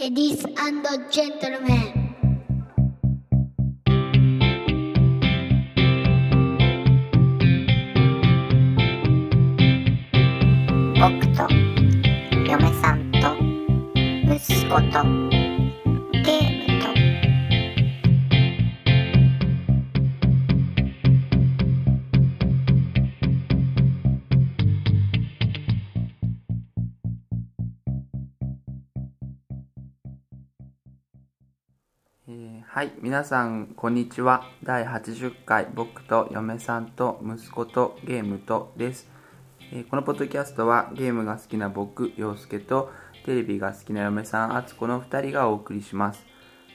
Ladies and gentlemen. 僕と嫁さんと息子とゲームとえーはい皆さんこんにちは第80回僕と嫁さんと息子とゲームとです、えーこのポッドキャストはゲームが好きな僕陽介とテレビが好きな嫁さん敦子の2人がお送りします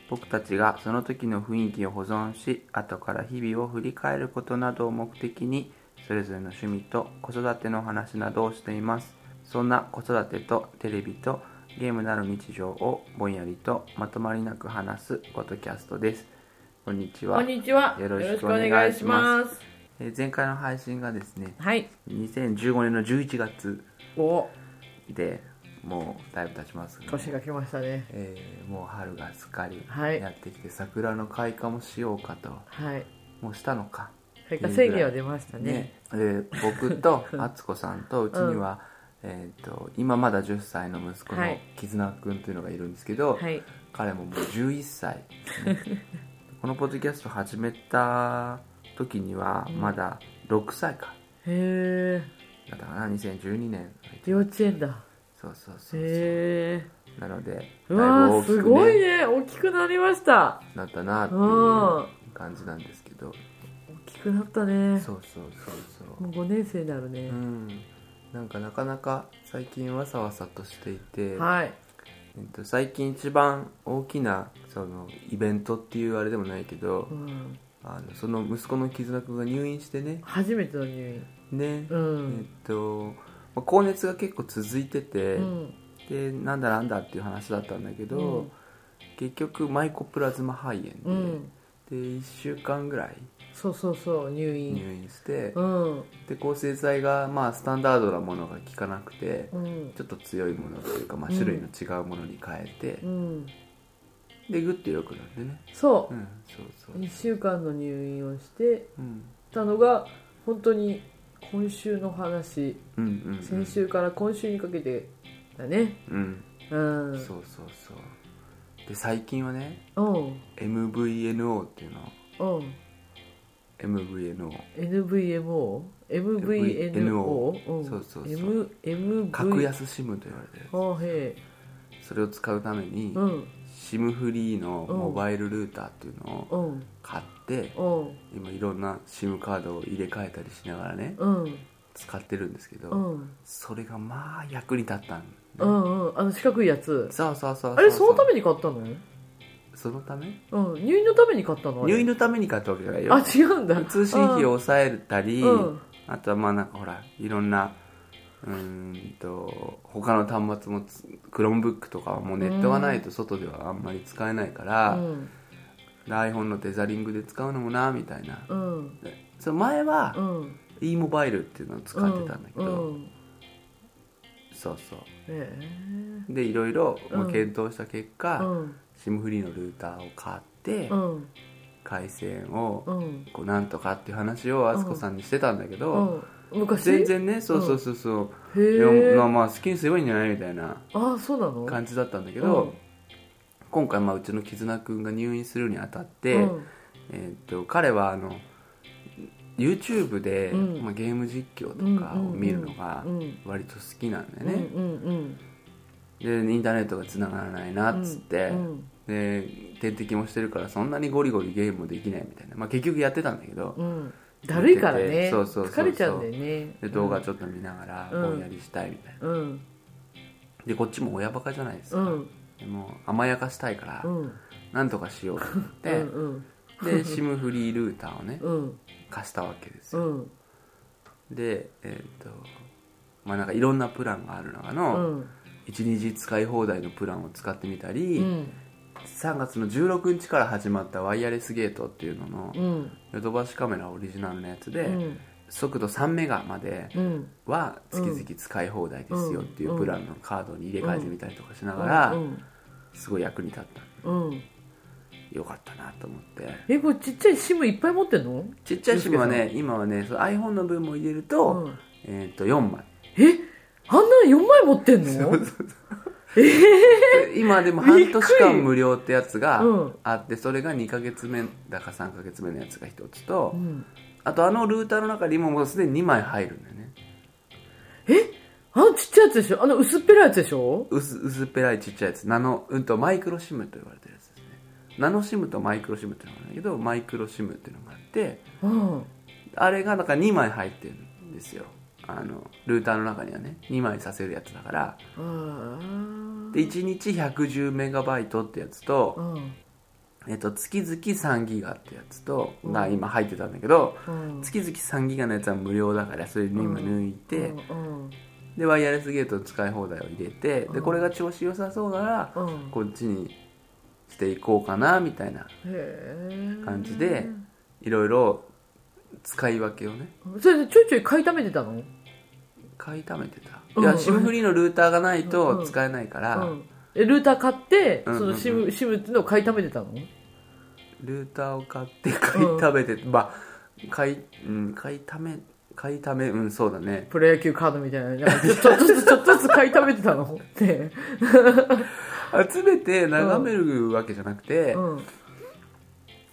僕たちがその時の雰囲気を保存し後から日々を振り返ることなどを目的にそれぞれの趣味と子育ての話などをしていますそんな子育てとテレビとゲームなど日常をぼんやりとまとまりなく話すポッドキャストですこんにちはこんにちは。よろしくお願いしますえー前回の配信がですねはい。 2015年の11月お、でもうだいぶ経ちますが年が来ましたね。えーもう春がすっかりはいやってきて、桜の開花もしようかとはい。もうしたのか開花宣言は出ましたね。えー僕と敦子さんとうちに は、えー、と今まだ10歳の息子のはい絆君というのがいるんですけど、はい。彼ももう11歳 ですねこのポッドキャスト始めた時にはまだ6歳かへだったかな2012年え。幼稚園だ。そうそうそうそうへえ。なのでうわー、すごいねね。大きくなりました。なったなっていうんう感じなんですけど大きくなったね。そうそうそうそうもう五年生になるねう。んなんかなかなか最近わさわさとしていて、はい。えっと、最近一番大きなそのイベントっていうあれでもないけど、うん。あのその息子の絆君が入院してね初めての入院。ね、えうっん。と、まあ高熱が結構続いてて、うん。でなんだなんだっていう話だったんだけど、うん結局マイコプラズマ肺炎で,、うん。で1週間ぐらいそうそうそう、入院。入院して、うん。で抗生剤がまあスタンダードなものが効かなくて、うん。ちょっと強いものというか、まあ、うん種類の違うものに変えてう、ん。でグッと良くなってねそうう。んそうそう、一週間の入院をして、うん、たのが本当に今週の話うんうんうん先週から今週にかけてだねうんうんそううそうそうで最近はねうん、 MVNO っていうのうん、 MVNO NVMO MVNO うんそうそうそう M MV 格安 SIM と言われてるあへそれを使うためにえうん SIM フリーのモバイルルーターっていうのをうん買ってうん今いろんな SIM カードを入れ替えたりしながらねうん使ってるんですけうどんそれがまあ役に立ったんうだねんうんあの四角いやつそうそうそううあれそのために買ったのうそのためん入院のために買ったのあれ入院のために買ったわけじゃないよあ違うんだ通信費を抑えたり、うんあとはまあなんかほらいろんなうーんと他の端末もつ Chromebook とかはもうネットがないと外ではあんまり使えないかうら、ん iPhone のテザリングで使うのもなみたいな、うんでその前はうん e モバイルっていうのを使ってたんだけど、うんそうそえうでいろいろ、まあうん検討した結え果、うん SIM フリーのルーターを買って、うん回線をうんこうなんとかっていう話をあすこさんにしてたんだけど、うん昔全然ねそうそうそうそう、へいやえまあまあ好きにすればいいんじゃないみたいなああそうなの感じだったんだけけど、今回まあうちの絆くんが入院するにあたって、うんえーっと彼はあの YouTube で、うんまあ、ゲーム実況とかを見るのがうんうん割と好きなんだうよね、んうんでインターネットが繋がらないなっつって、うんで点滴もしてるからそんなにゴリゴリゲームもできないみたいな、まあ、結局やってたんだけど、うんうんだるいから見ててねそうそうそうそう疲れちゃうんだよねで動画ちょっと見ながらうんぼんやりしたいみたいな、うんでこっちも親バカじゃないですうか、んでもう甘やかしたいから、うんなんとかしようと思っうてんうんで SIM フリールーターをねうん貸したわけですうよんでえっ、とまあなんかいろんなプランがある中うのん1日使い放題のプランを使ってみたり、うん3月の16日から始まったワイヤレスゲートっていうののうんヨドバシカメラオリジナルのやつで、うん速度3メガまでうんは月々使い放題ですよっていうプランのカードに入れ替えてみたりとかしながら、うんすごい役に立ったうんよかったなと思ってえこれちっちゃい SIM いっぱい持ってんのちっちゃい SIM はね今はねその iPhone の分も入れると,、うんえー、と4枚えあんなの4枚持ってんの今でも半年間無料ってやつがうんあってそれが2ヶ月目だか3ヶ月目のやつが一つと、うんあとあのルーターの中にももうすでに2枚入るんだよねえあのちっちゃいやつでしょあの薄っぺらいやつでしょ薄薄っぺらいちっちゃいやつナノ、うん、とマイクロシムと言われてるやつですねナノシムとマイクロシムっていうのがあるんだけどマイクロシムっていうのがあってうんあれがだから2枚入ってるんですよあのルーターの中にはね2枚させるやつだからあーで1日110メガバイトってやつうと,、んえっと月々3ギガってやつと、が今入ってたんだけど、うん月々3ギガのやつは無料だからそれに今抜いて、うんでワイヤレスゲートの使い放題を入れてでこれが調子良さそうなら、うんこっちにしていこうかなみたいなへえ感じでいろいろ使い分けをねそれでちょいちょい買いためてたの買いためてた、うんいや SIM フリーのルーターがないとうん使えないから、うんえルーター買ってそうんうんうのん SIM, SIM っていうのを買いためてたのルーターを買って買い食べて、まあ買い、うん、買いため買いためうんそうだねプロ野球カードみたいななんかちょちょっとずつちょっとずつ買いためてたのって、集めて眺めるわけじゃなくて、うん、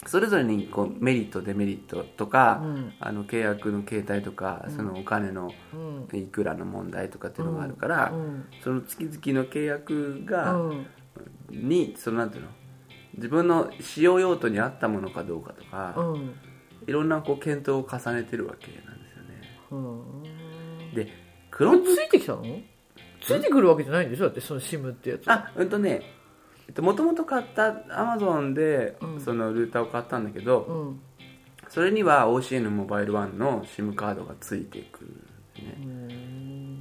それぞれにこうメリットデメリットとか、うんあの契約の形態とか、そのお金のうんいくらの問題とかっていうのがあるから、うんその月々の契約が、うんにそのなんていうの自分の使用用途に合ったものかどうかとか、うんいろんなこう検討を重ねてるわけなんですよねうんでこクロれンついてきたのついてくるわけじゃないんでしょだってその SIM ってやつあうんとねもともと買ったアマゾンでうんそのルーターを買ったんだけど、うんそれには OCN モバイルワンの SIM カードがついてくる、ね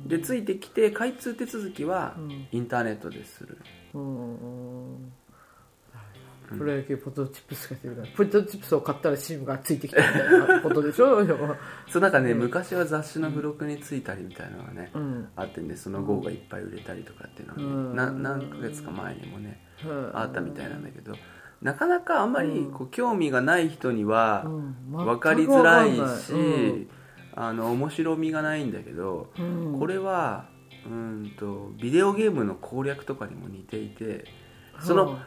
でついてきて開通手続きはんインターネットでする、うんプロ野球ポテトチップスが出てるからポテトチップスを買ったら SIM がついてきたみたいなことでしょ 要はそうなんかね、昔は雑誌の付録についたりみたいなのがね、うんあってねその号がいっぱい売れたりとかっていうのはね、うんな何ヶ月か前にもねうんあったみたいなんだけどなかなかあんまりこう興味がない人にはうん分かりづらい全くわし、かんないあの面白みがないんだけど、うんこれはうんとビデオゲームの攻略とかにも似ていてそうんの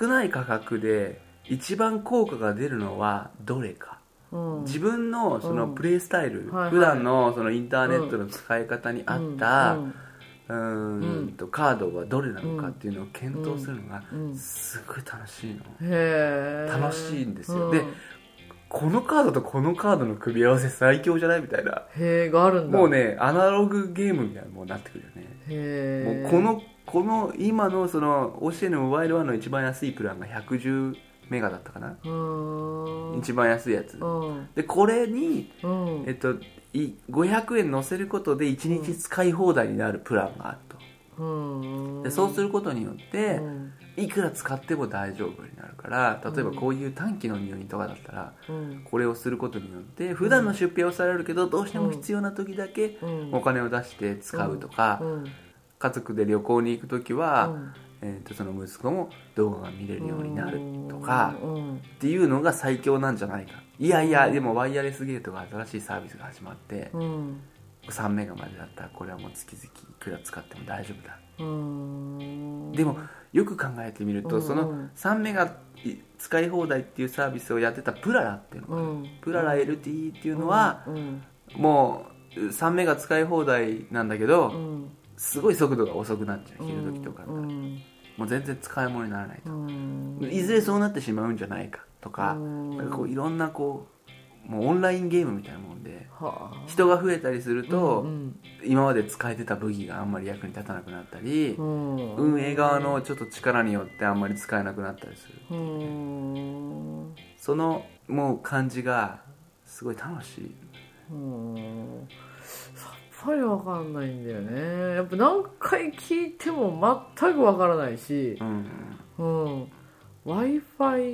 少ない価格で一番効果が出るのはどれか。うん自分のそのうんプレイスタイル、はいはい普段のそのインターネットの使い方に合った、うんうーんとカードはどれなのかっていうのを検討するのがうんすごい楽しいの、へー楽しいんですよ、うでこのカードとこのカードの組み合わせ最強じゃないみたいなへえがあるんだもうねアナログゲームみたいなもうなってくるよね、へえもうこのこの今のその OCN モバイルワンの一番安いプランが110メガだったかな、うーん一番安いやつ、うんでこれに、うんえっと、い500円乗せることで1日使い放題になるプランがあると、うんでそうすることによって、うんいくら使っても大丈夫になるから例えばこういう短期の入院とかだったら、うんこれをすることによって普段の出費は抑えられるけどどうしても必要な時だけうんお金を出して使うとか、うん家族で旅行に行く時は、うんえー、とその息子も動画が見れるようになるとかうんっていうのが最強なんじゃないかいやいやでもワイヤレスゲートが新しいサービスが始まってうん3メガまでだったらこれはもう月々いくら使っても大丈夫だうんでもよく考えてみると、うんその3メガい使い放題っていうサービスをやってたプララっていうのうが、んプララ LTE っていうのは、うんもう3メガ使い放題なんだけど、うんすごい速度が遅くなっちゃう昼時とかだったうら、んもう全然使い物にならないと、うんいずれそうなってしまうんじゃないかとか,、うんこういろんなこうもうオンラインゲームみたいなもんではあ人が増えたりすると、うん今まで使えてた武器があんまり役に立たなくなったり、うん運営側のちょっと力によってあんまり使えなくなったりするうんそのもう感じがすごい楽しいうんさっぱりわかんないんだよねやっぱ何回聞いても全くわからないしう、んうん w i f i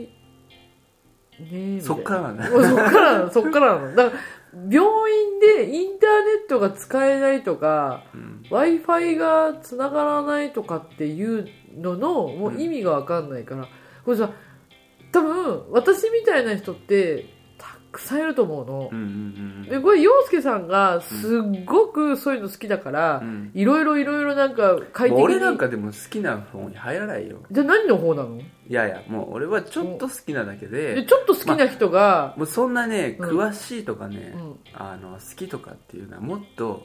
ねえみたいなそっからなんだもうそっからなのそっからなのだから病院でインターネットが使えないとかうん w i f i がつながらないとかっていうののもう意味が分かんないから、これさ多分私みたいな人ってたくさんいると思うのう、んでこれ洋介さんがすっごくそういうの好きだから、うんうんいろいろいろいろなんか快適に俺なんかでも好きな方に入らないよじゃあ何の方なのいやいやもう俺はちょっと好きなだけででちょっと好きな人が、もうそんなねうん詳しいとかね、うんあの好きとかっていうのはもっと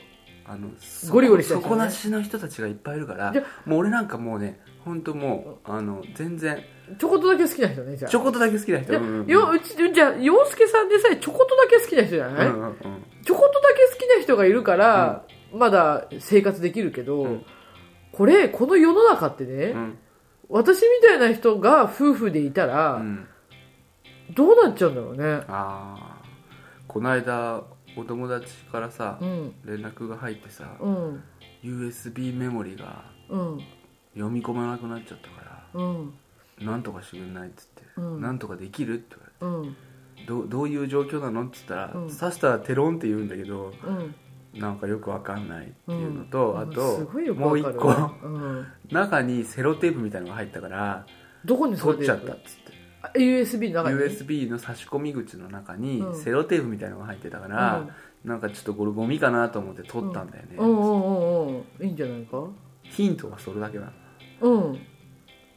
あのそゴリゴリした人ね底なしの人たちがいっぱいいるからじゃもう俺なんかもうね本当もうあの全然ちょこっとだけ好きな人ねじゃあちょこっとだけ好きな人じゃあうんうんうんようちじゃあ洋介さんでさえちょこっとだけ好きな人じゃうない、んうんうんちょこっとだけ好きな人がいるから、まだ生活できるけど、うんこれこの世の中ってね、うん私みたいな人が夫婦でいたら、うんどうなっちゃうんだろうねああこの間お友達からさうん連絡が入ってさうん USB メモリがうん読み込まなくなっちゃったからうんなんとかしてくんないっつって、うんなんとかできるって言われてうんどうどういう状況なのっつったら、うん刺したらテロンって言うんだけどうんなんかよくわかんないってうんいうのと、あすとごいよくもうわ一かる個 うん、中にセロテープみたいのが入ったからどこにそれ取っでちゃったっつってあ USB の中に USB の差し込み口の中にうんセロテープみたいのが入ってたから、なんかちょっとこれゴミかなと思って取ったんだよね、うんうんうんうんいいんじゃないかヒントはそれだけなうん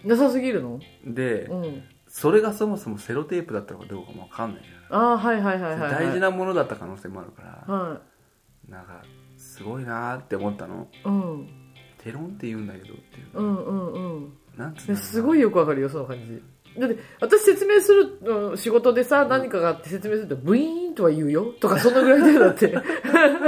なさすぎるのので、うんそれがそもそもセロテープだったのかどうかもわかんないじゃんああはいはいはいはい、はい、大事なものだった可能性もあるから、はなんかすごいなーって思ったのい、うんテロンって言うんだけどっていう、うんうんうんなんつうでのすごいよくわかるよその感じだって私説明するうん仕事でさ何かがあって説明するとブイーンとは言うよとかそのぐらいだよだって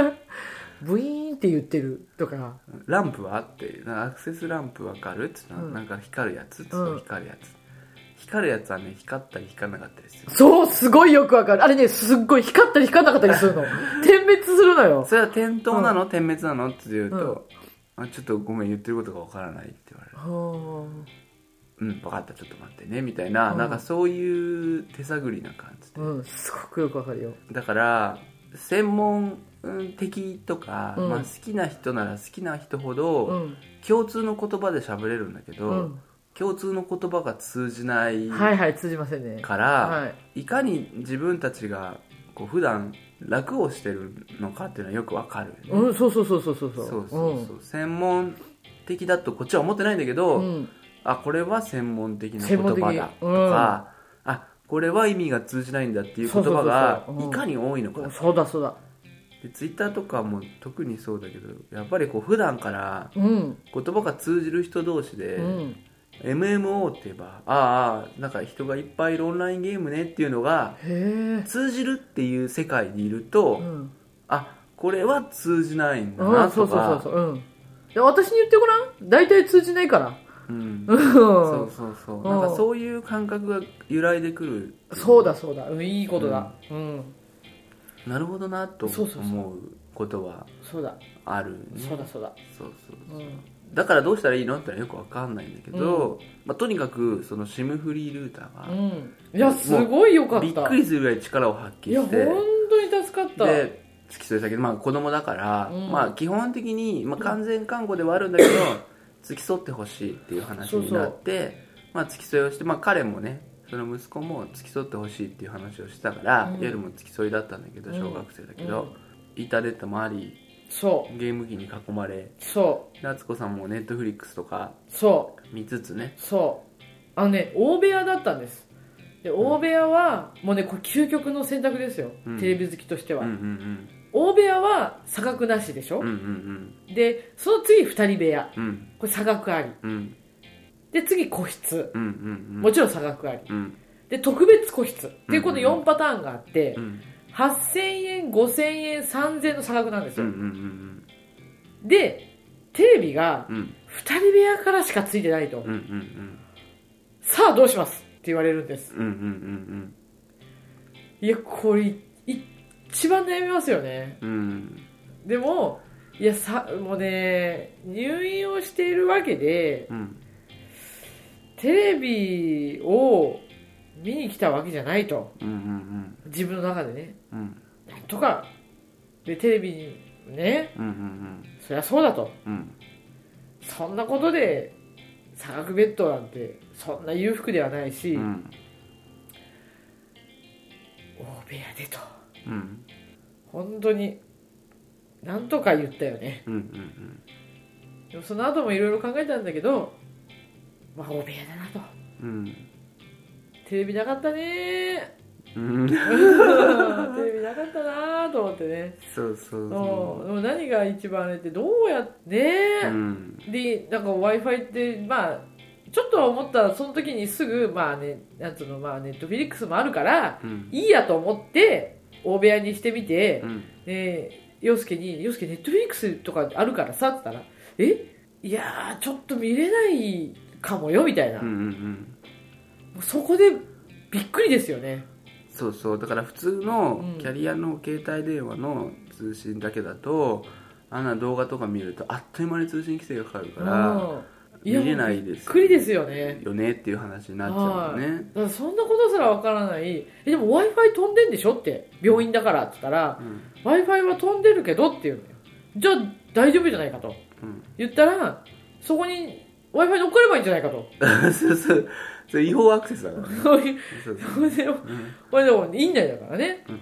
ブイーンって言ってるとかランプはってなんかアクセスランプわかるって言ったら、うんなんか光るやつって言ったうんら光るやつ、光るやつはね光ったり光らなかったりするそうすごいよくわかるあれねすっごい光ったり光らなかったりす るの点滅するのよそれは点灯なの、点滅なのって言うと、あちょっとごめん言ってることがわからないって言われるはうん分かったちょっと待ってねみたいな、うんなんかそういう手探りな感じあで、うんすごくよくわかるよだから専門うん的とか、うんまあ、好きな人なら好きな人ほうどん共通の言葉で喋れるんだけど、うん共通の言葉が通じないはいはい通じませんねから、はいい、かに自分たちがこう普段楽をしてるのかっていうのはよくわかるよね、うんそうそうそうそうそうそうそうそう、専門的だとこっちは思ってないんだけど、うんあこれは専門的な言専門葉的だとか、あこれは意味が通じないんだっていう言葉がそうそうそうそううんいかに多いのうかんそうだそうだでツイッターとかも特にそうだけどやっぱりこう普段からうん言葉が通じる人同士で、うん、 MMO って言えばああなんか人がいっぱいいるオンラインゲームねっていうのがへえ、通じるっていう世界にいると、うん、あこれは通じないんだう、なんそとうそうそうかそう、うん、で私に言ってごらん大体通じないからうんうんそうそうそうなんかそういう感覚が揺らいでくるそうだそうだ、うん、いいことだうん、なるほどなとそうそうそう思うことはそうだあるねそうだそうだそうそううそうんだからどうしたらいいのってのはよくわかんないんだけど、まあ、とにかくその SIM フリールータうーんいやすごいよがかったびっくりするぐらい力を発揮いやし本て当に助かったで付き添い先まあ子供だから、うんまあ基本的に、まあ、完全看護ではあるんだけど付き添ってほしいっていう話になってまあ、付き添いをして、まあ、彼もねその息子も付き添ってほしいっていう話をしてたから、うん夜も付き添いだったんだけどうん小学生だけど、インターネットもありそゲーム機に囲まれうそう夏子さんもネットフリックスとかそう見つつねそうあのね大部屋だったんですで大部屋は、もうねこれ究極の選択ですよ、うんテレビ好きとしてうは、んうん大部屋は差額なしでしょ、うんうんうんでその次2人部屋うんうんこれ差額ありうんで次個室うんうんもちろん差額ありうんで特別個室っていうこのうんうんう4パターンがあって、うん8000円5000円3000円の差額なんですうんうよ、んうんでテレビがうんうん2人部屋からしかついてないうと、んうんうんさあどうしますって言われるんですうんうんうんいやこれい一番悩みますよねうんうんでもいやさもうね入院をしているわけでうんテレビを見に来たわけじゃないとうんうん自分の中でねうんうんなんとかでテレビにねうんうんそりゃそうだとうんそんなことで差額ベッドなんてそんな裕福ではないし、うん大部屋でとうん本当になんとか言ったよねうんうんでもその後もいろいろ考えたんだけどまあ大部屋だなとうんテレビなかっ たねうんうんーテレビなかったなーと思ってねそうそうそうそでも何が一番あれってどうやってうねうんでなんか w i f i ってまあちょっとは思ったらその時にすぐまあねなんつうのまあネットフィリックスもあるからうんいいやと思って大部屋にしてみて、うんで陽介に「陽介ネットフィリックスとかあるからさ」って言ったら「えいやーちょっと見れないかもよ」みたいな、うんうもんうんうそこでびっくりですよねそうそうだから普通のキャリアの携帯電話の通信だけだと、あんな動画とか見るとあっという間に通信規制がかかるから、うんや見れないですびっくりですよねよねっていう話になっちゃうのねだからそんなことすらわからない「えでも w i f i 飛んでんでしょ?」って病院だからって言ったらうん「w i f i は飛んでるけど」って言うのよじゃあ大丈夫じゃないかと言ったらそこに w i f i 乗っかればいいんじゃないかと うんそうそうそれ違法アクセスだからねそういうそうそうそれでうもんこれでも院内だからね、うん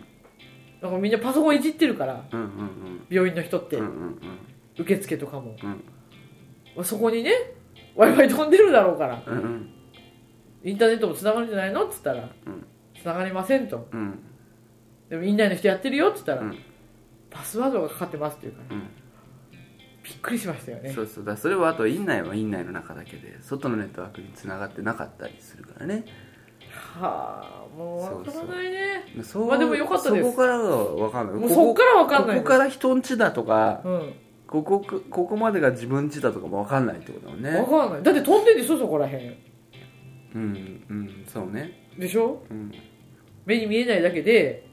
だからみんなパソコンいじってるからうんうん病院の人って、うんうんうん受付とかもうん、そこにね w i f i 飛んでるだろうからうんうんインターネットもつながるんじゃないのっつったら、うんつながりませんとうんでも院内の人やってるよっつったら、うんパスワードがかかってますっていうから、うんびっくりしましたよねそうそうだからそれはあと院内は院内の中だけで外のネットワークに繋がってなかったりするからねはあもうわからないねそうまあでもよかったですそこからが分かんないもうそっからわかんないここから人んちだとかうここここまでが自分ちだとかも分かんないってことだもんんわねかんないだって飛んでんでしょそこらへんうんうんそうねでしょうん目に見えないだ けで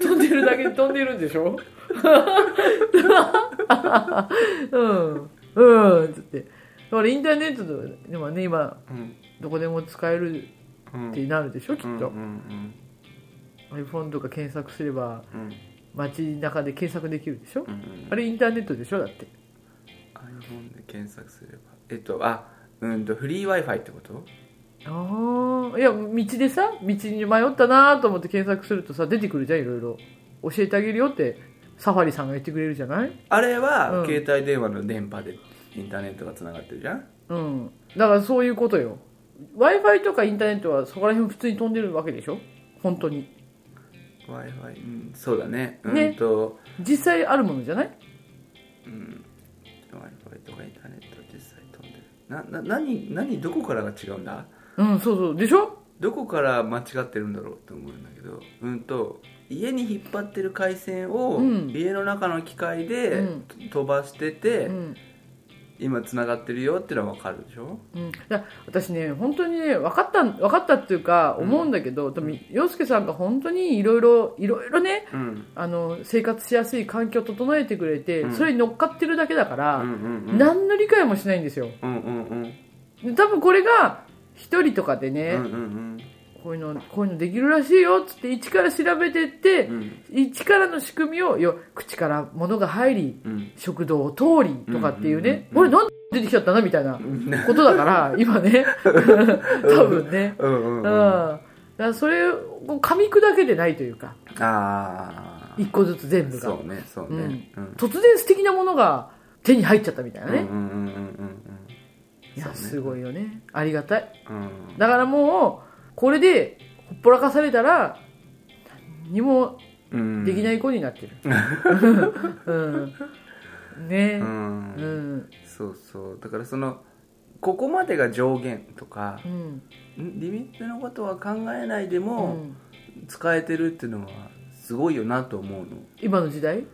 飛んでるだけで飛んでるんでしょ うんうんつってだからインターネットでもね今うんどこでも使えるうんってなるでしょきっうんうんと、うん iPhone とか検索すればうん街中で検索できるでしょ、うんうんあれインターネットでしょだって iPhone で検索すればえっとあうんとフリー w i f i ってことああいや道でさ道に迷ったなーと思って検索するとさ出てくるじゃんいろいろ教えてあげるよってサファリさんが言ってくれるじゃないあれうはん携帯電話の電波でインターネットが繋がってるじゃんうん。だからそういうことよ。Wi-Fi とかインターネットはそこら辺普通に飛んでるわけでしょ本当に。 w i f i うんそうだねねうんと実際あるものじゃないうん Wi-Fi とかインターネットは実際飛んでるなな何何どこからが違うんだうん、そうそう。でしょどこから間違ってるんだろうって思うんだけどうんと家に引っ張ってる回線をうん家の中の機械うでん飛ばしてて、うん。今つながってるよってのは分かるでしょうん、だ私ね、本当にね、分かった、分かったっていうか、うん思うんだけど、多分、洋介さんが本当にいろいろ、いろいろね、うんあの、生活しやすい環境を整えてくれて、うんそれに乗っかってるだけだかうんうら、んうん何の理解もしないんですよ。うんうんうんで多分これが、一人とかでね、うんうんこういうの、こういうのできるらしいよ、つって、一から調べてって、うんうん一からの仕組みをよ口から物が入りうん食堂を通りとかっていうね、うんうんうん俺なんで出てきちゃったなみたいうなんことだから 今ね多分ね、うんうううんん、だんあからそれを噛み砕けてないというかあ一個ずつ全部が、そうねそうねうん突然素敵なものが手に入っちゃったみたいうなんね、うんうんうんいやそうねすごいよねありがたいうんうんだからもうこれでほっぽらかされたら何にもうんできない子になっ てる、うん、ね、うんうんそうそうだからそのここまでが上限とかう、んんリミットのことは考えないでうもん、使えてるっていうのはすごいよなと思うの今の時代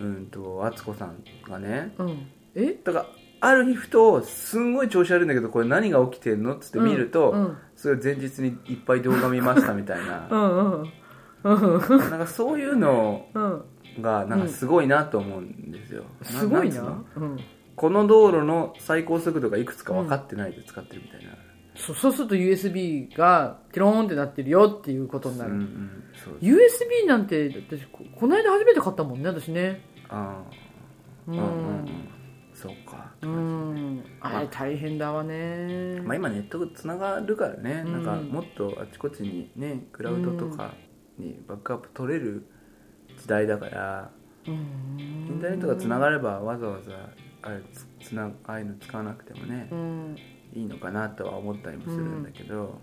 うんと敦子さんがねうんえだからある日ふとすんごい調子悪いんだけどこれ何が起きてんのっつって見ると、うんそれ前日にいっぱい動画見ましたみたいなうんうんうんなんかそういうのうんがなんかすごいなと思うんですよ、すごいんつうなのうんこの道路の最高速度がいくつか分かってないで使ってるみたいな、そそうすると USB がテローンってなってるよっていうことになうんうるんそう USB なんて私ここの間初めて買ったもんね私ねあうあうんうんうんんそうかうんあれ大変だわね、まあ、今ネットつながるからね、うんなんかもっとあちこちにねクラウドとかにバックアップ取れる時代だから、うんインターネットがつながればわざわざあれつつなああいうの使わなくてもね、うんいいのかなとは思ったりもするんだけど、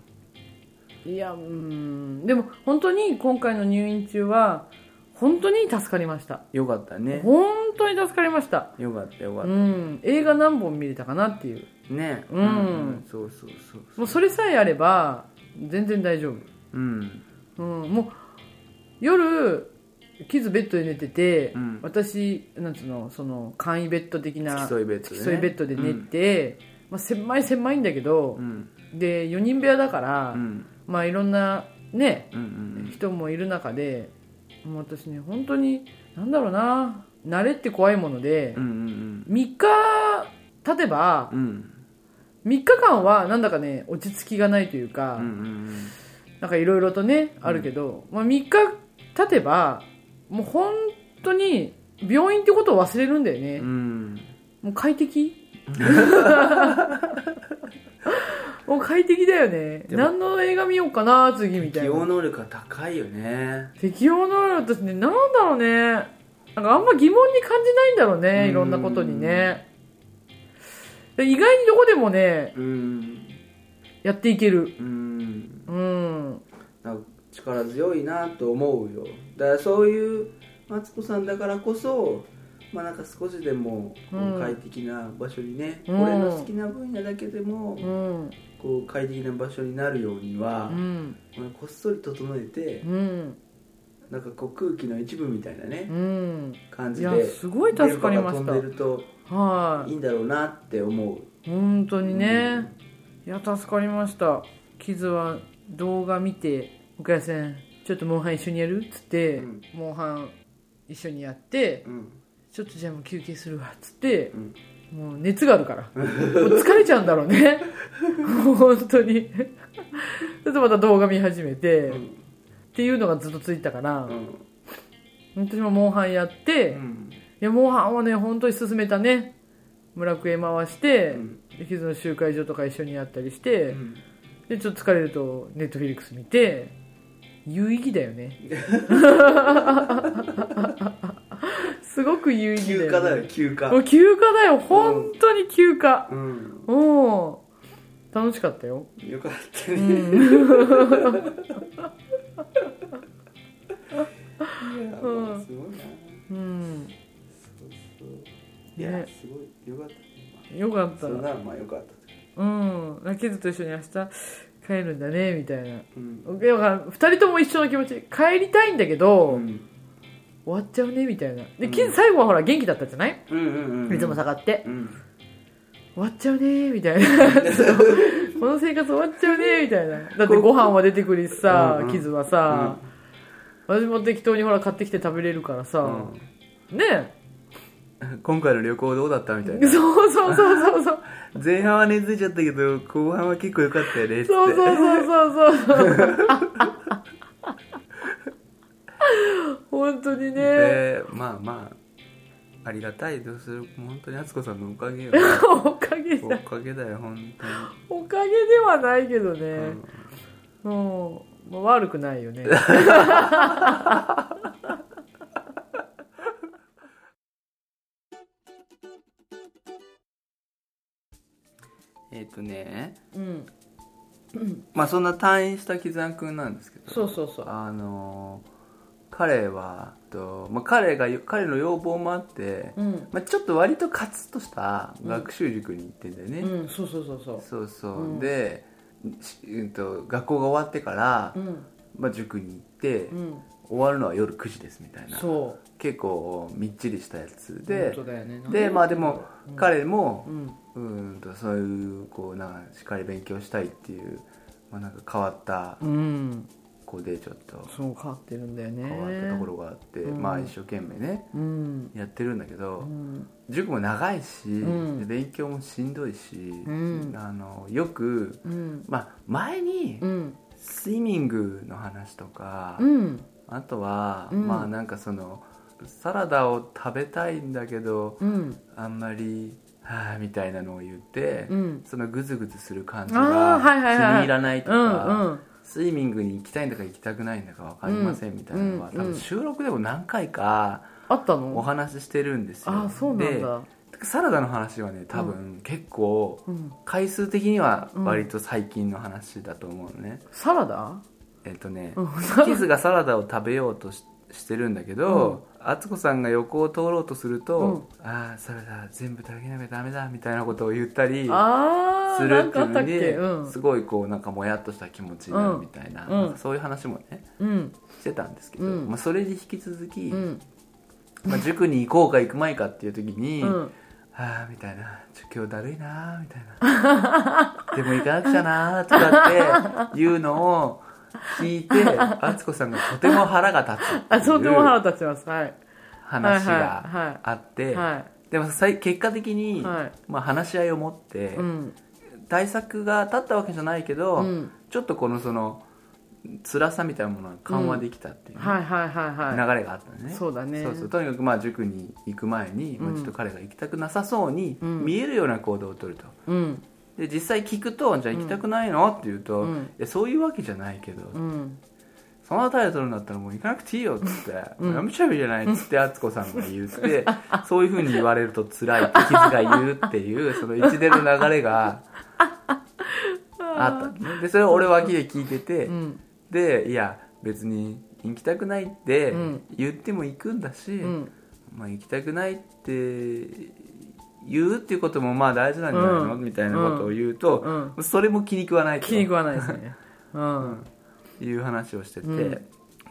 いやうんでも本当に今回の入院中は本当に助かりましたよかったね本当に助かりましたよかったよかっうん映画何本見れたかなっていうたねうんそうそうそうもうそれさえあれば全然大丈夫うんうん、もう夜キズベッドで寝てて、うん私なんつうのその簡易ベッド的な付き添いベッドでね付き添いベッドで寝て、まあ、狭い狭いんだけどう、んで4人部屋だから、うんまあいろんなねうんうん人もいる中でもう私ね本当になんだろうな慣れって怖いものでうんう、ん3日経てばうんうん3日間はなんだかね落ち着きがないというか、うんうんなんかいろいろとね、あるけど、まあ、3日経てば、もう本当に病院ってことを忘れるんだよね。うんうんもう 快適もう快適だよね。でも何の映画見ようかな、次みた適い応な。能力が高いよね適応能力私ね、なんだろうね。なんかあんま疑問に感じないんだろううね、んいろんなことにね。で意外にどこでもね、うんやっていける。うんうん。なんか力強いなと思うよだからそういうマツコさんだからこそまあなんか少しでもこううん快適な場所にね、うん俺の好きな分野だけでもうん。こう快適な場所になるようにはう、ん。まあこっそり整えてうん。なんかこう空気の一部みたいなねうん。感じいでやすごい助かりま電し波たが飛んでるとはいいんだろうなって思う本当にね、いや助かりましたキズは動画見て「岡谷さんちょっとモンハン一緒にやる?」っつって、うんモンハン一緒にやってうん「ちょっとじゃあもう休憩するわ」っつってう、んもう熱があるからもう疲れちゃうんだろう ね本当にちょっとまた動画見始めて、うっんていうのがずっとついたから、うん私もモンハンやって、うんいや、モンハンはね、本当に進めたね。村クエ回して、うんでキズの集会所とか一緒にやったりして、うんで、ちょっと疲れると、ネットフィリックス見て、有意義だよ ね。すごく有意義だ休よ、ね。暇だよ休も暇う休暇だよ。本当に休暇。うんおー楽しかったよ。よかったね、うん いやもうすごいなうそん。うそういや、ねすごいよかったねよかっそた。れうならまあよかったとん。ラキズと一緒に明日帰るんだね、みたいな。うんだから2人とも一緒の気持ち帰りたいんだけど、うん終わっちゃうねみたいなうでんキズ最後はほら元気だったじゃない、うんうんうんいつも下がってうん終わっちゃうねみたいなそうこの生活終わっちゃうねみたいなだってご飯は出てくるしさうんうんキズはさ、私も適当にほら買ってきて食べれるからさ、ねうん今回の旅行どうだったみたいえなそうそうそうそうそう前半は根付いちゃったけど後半は結構良かったよねっつってそうそうそうそうそう本当にね、でまあまあありがたいでする本当に敦子さんのおかげ よおかげおだかげだよ本当におかげではないけどね、うんもう、まあ、悪くない よね。えっとねうん。まあそんな退院した絆くんなんですけどそうそうそう。あのー彼はと、まあ、彼が彼の要望もあって、うん。まあ、ちょっと割とカツッとした学習塾に行ってんだよね、うん、そうそうそうそそうそう、うんで、しうん、と学校が終わってから、う。うん。まあ、塾に行って、うん。終わるのは夜9時ですみたいなそ結構みっちりしたやつう。で本当だよね。でまあでも、うん彼もう、ん。うんとそういうこうなんかしっかり勉強したいっていう、まあ、なんか変わったうん。子でちょっとそう、変わってるんだよね。変わったところがあって、うんまあ一生懸命ねうん。やってるんだけど、うん。塾も長いし、んで勉強もしんどいし、んあのよく、うん。まあ、前にうん。スイミングの話とか、うん。あとは、うんまあなんかそのサラダを食べたいんだけどうん。あんまりはあみたいなのを言って、うんそのグズグズする感じあがー気はいはいはいに入らないとか、うんうんスイミングに行きたいんだか行きたくないんだか分かりませんみたいなのは、うん多分収録でも何回かあったおの話ししてるんですよ、あそうなんだでサラダの話はね多分結構うん回数的には割と最近の話だと思うのね、サラダえっとね、うんキズがサラダを食べようとししてるんだけど、敦子さんが横を通ろうとすると「ああサラダ全部食べなきゃダメだ」みたいなことを言ったりあすーるなっんてかいあうっのたっけでうんすごいこうなんかもやっとした気持ちになるみたいな,、うんなんかそういう話もねうんしてたんですけど、うんまあ、それに引き続き、うんまあ、塾に行こうか行くまいかっていう時に「うんああ」みたいな「ちょ今日だるいなー」みたい な「でも行かなくちゃなー」とかっていうのを聞い て敦子さんがとても腹が立つあっていとてもう腹立ちますはい話はいはいはいがあってはでもさい結果的に、はいまあ、話し合いを持って、いうん対策が立ったわけじゃないけど、うんちょっとこのその辛さみたいなものが緩和できたっていうね、はいはいはいはい流れがあったね、そうだねそうそうとにかくまあ塾に行く前に、まあ、ちょっと彼が行きたくなさそうにん見えるような行動をとるとうんで実際聞くと「じゃあ行きたくないの?」って言うと、うんいやそういうわけじゃないけど、うんその態度取るんだったらもう行かなくていいよ」っつって「うんやめちゃえばいいじゃない」っつ って敦子さんが言ってそういうふうに言われると辛いって傷が言うっていうその一連の流れがあったのねでそれを俺脇で聞いてて、うんでいや別に行きたくないってうん言っても行くんだし、うんまあ、行きたくないって言うっていうこともまあ大事なんじゃないの、うんみたいなことを言うと、うんそれも気に食わないと気に食わないですねうんいう話をしてて、うん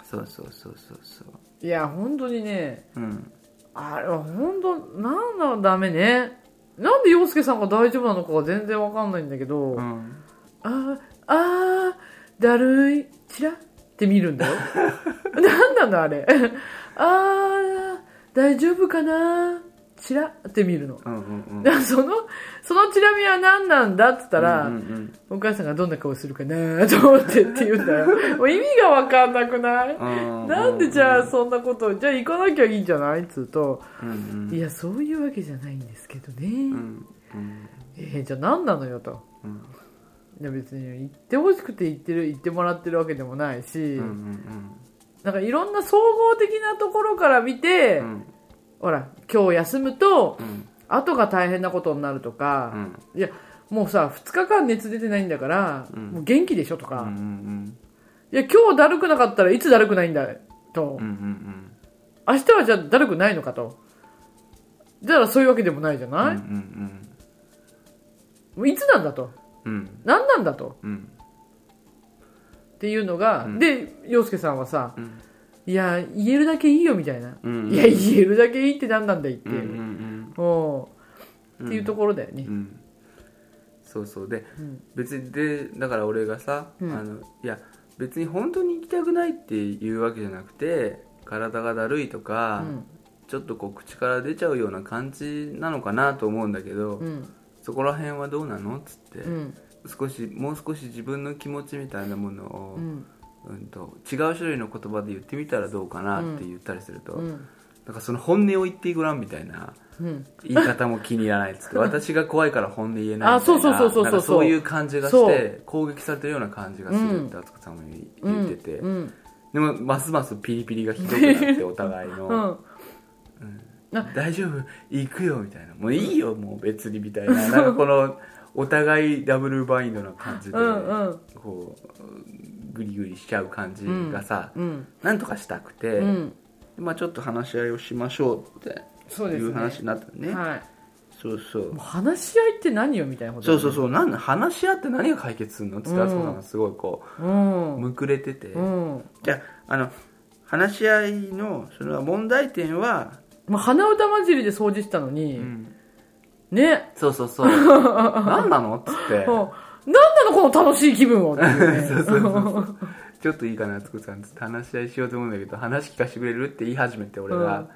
そうそうそうそうそういや本当にねうんあれは本当なんだろうダメねなんで洋介さんが大丈夫なのかが全然わかんないんだけど、うあんーあーだるいチラって見るんだよ なんなのあれあー大丈夫かなチラって見るのうんうんうんだからそのそのチラ見は何なんだっつったら、うんうんお母さんがどんな顔するかなと思ってって言うんだよもう意味がわかんなくない、うんなんでじゃあそんなことじゃあ行かなきゃいいんじゃないっつうと、うんうんいやそういうわけじゃないんですけどうね、んうんえーじゃあ何なのよとうんいや別に行ってほしくて行ってる行ってもらってるわけでもないし、うんうんなんかいろんな総合的なところから見て、うんほら今日休むとうん後が大変なことになるとか、うんいやもうさ2日間熱出てないんだから、うんもう元気でしょとか、うんうんいや今日だるくなかったらいつだるくないんだと、うんうん明日はじゃあだるくないのかとだからそういうわけでもないじゃうんうんない、うんもういつなんだとうんうん何なんだとうんっていうのが、うんで洋介さんはさうんいや言えるだけいいよみたいな、うんいや言えるだけいいって何なんだいってうんういんう、うんおうっていうところだよね、うん、そうそうで、うん別にでだから俺がさ、うんあのいや別に本当に行きたくないっていうわけじゃなくて体がだるいとか、うんちょっとこう口から出ちゃうような感じなのかなと思うんだけど、うんそこら辺はどうなのっつって、うん少しもう少し自分の気持ちみたいなものを、ううんんと違う種類の言葉で言ってみたらどうかなって言ったりすると、うんなんかその本音を言ってごらんみたいな。うん言い方も気に入らないっつって 私が怖いから本音言えないみたいなあそうそうそうそうそうなんかそういう感じがしそてう攻撃されてるような感じがするって敦子さんも言ってて、うんでもますますピリピリがひどくなってお互い うんの「大丈夫行くよ」みたいな「もういいよもう別に」み たいななんかこのお互いダブルバインドな感じでうんうんこうグリグリしちゃう感じがさ、うんなんとかしたくて、うんまあ、ちょっと話し合いをしましょうってそうでいすねう話になったのねはいそうそうもう話し合いって何よみたいなことそうそううそうなん話し合って何が解決するのって言ったら、うん敦子さんがすごいこううんむくれてて、うんじゃああの話し合いのその問題点は、もう鼻歌混じりで掃除したのに、ねそうそう そう何なのっつってもう何なのこの楽しい気分をっていうね そうそうそうそうちょっといいかな敦子さんつって話し合いしようと思うんだけど話聞かせてくれるって言い始めて俺が、うん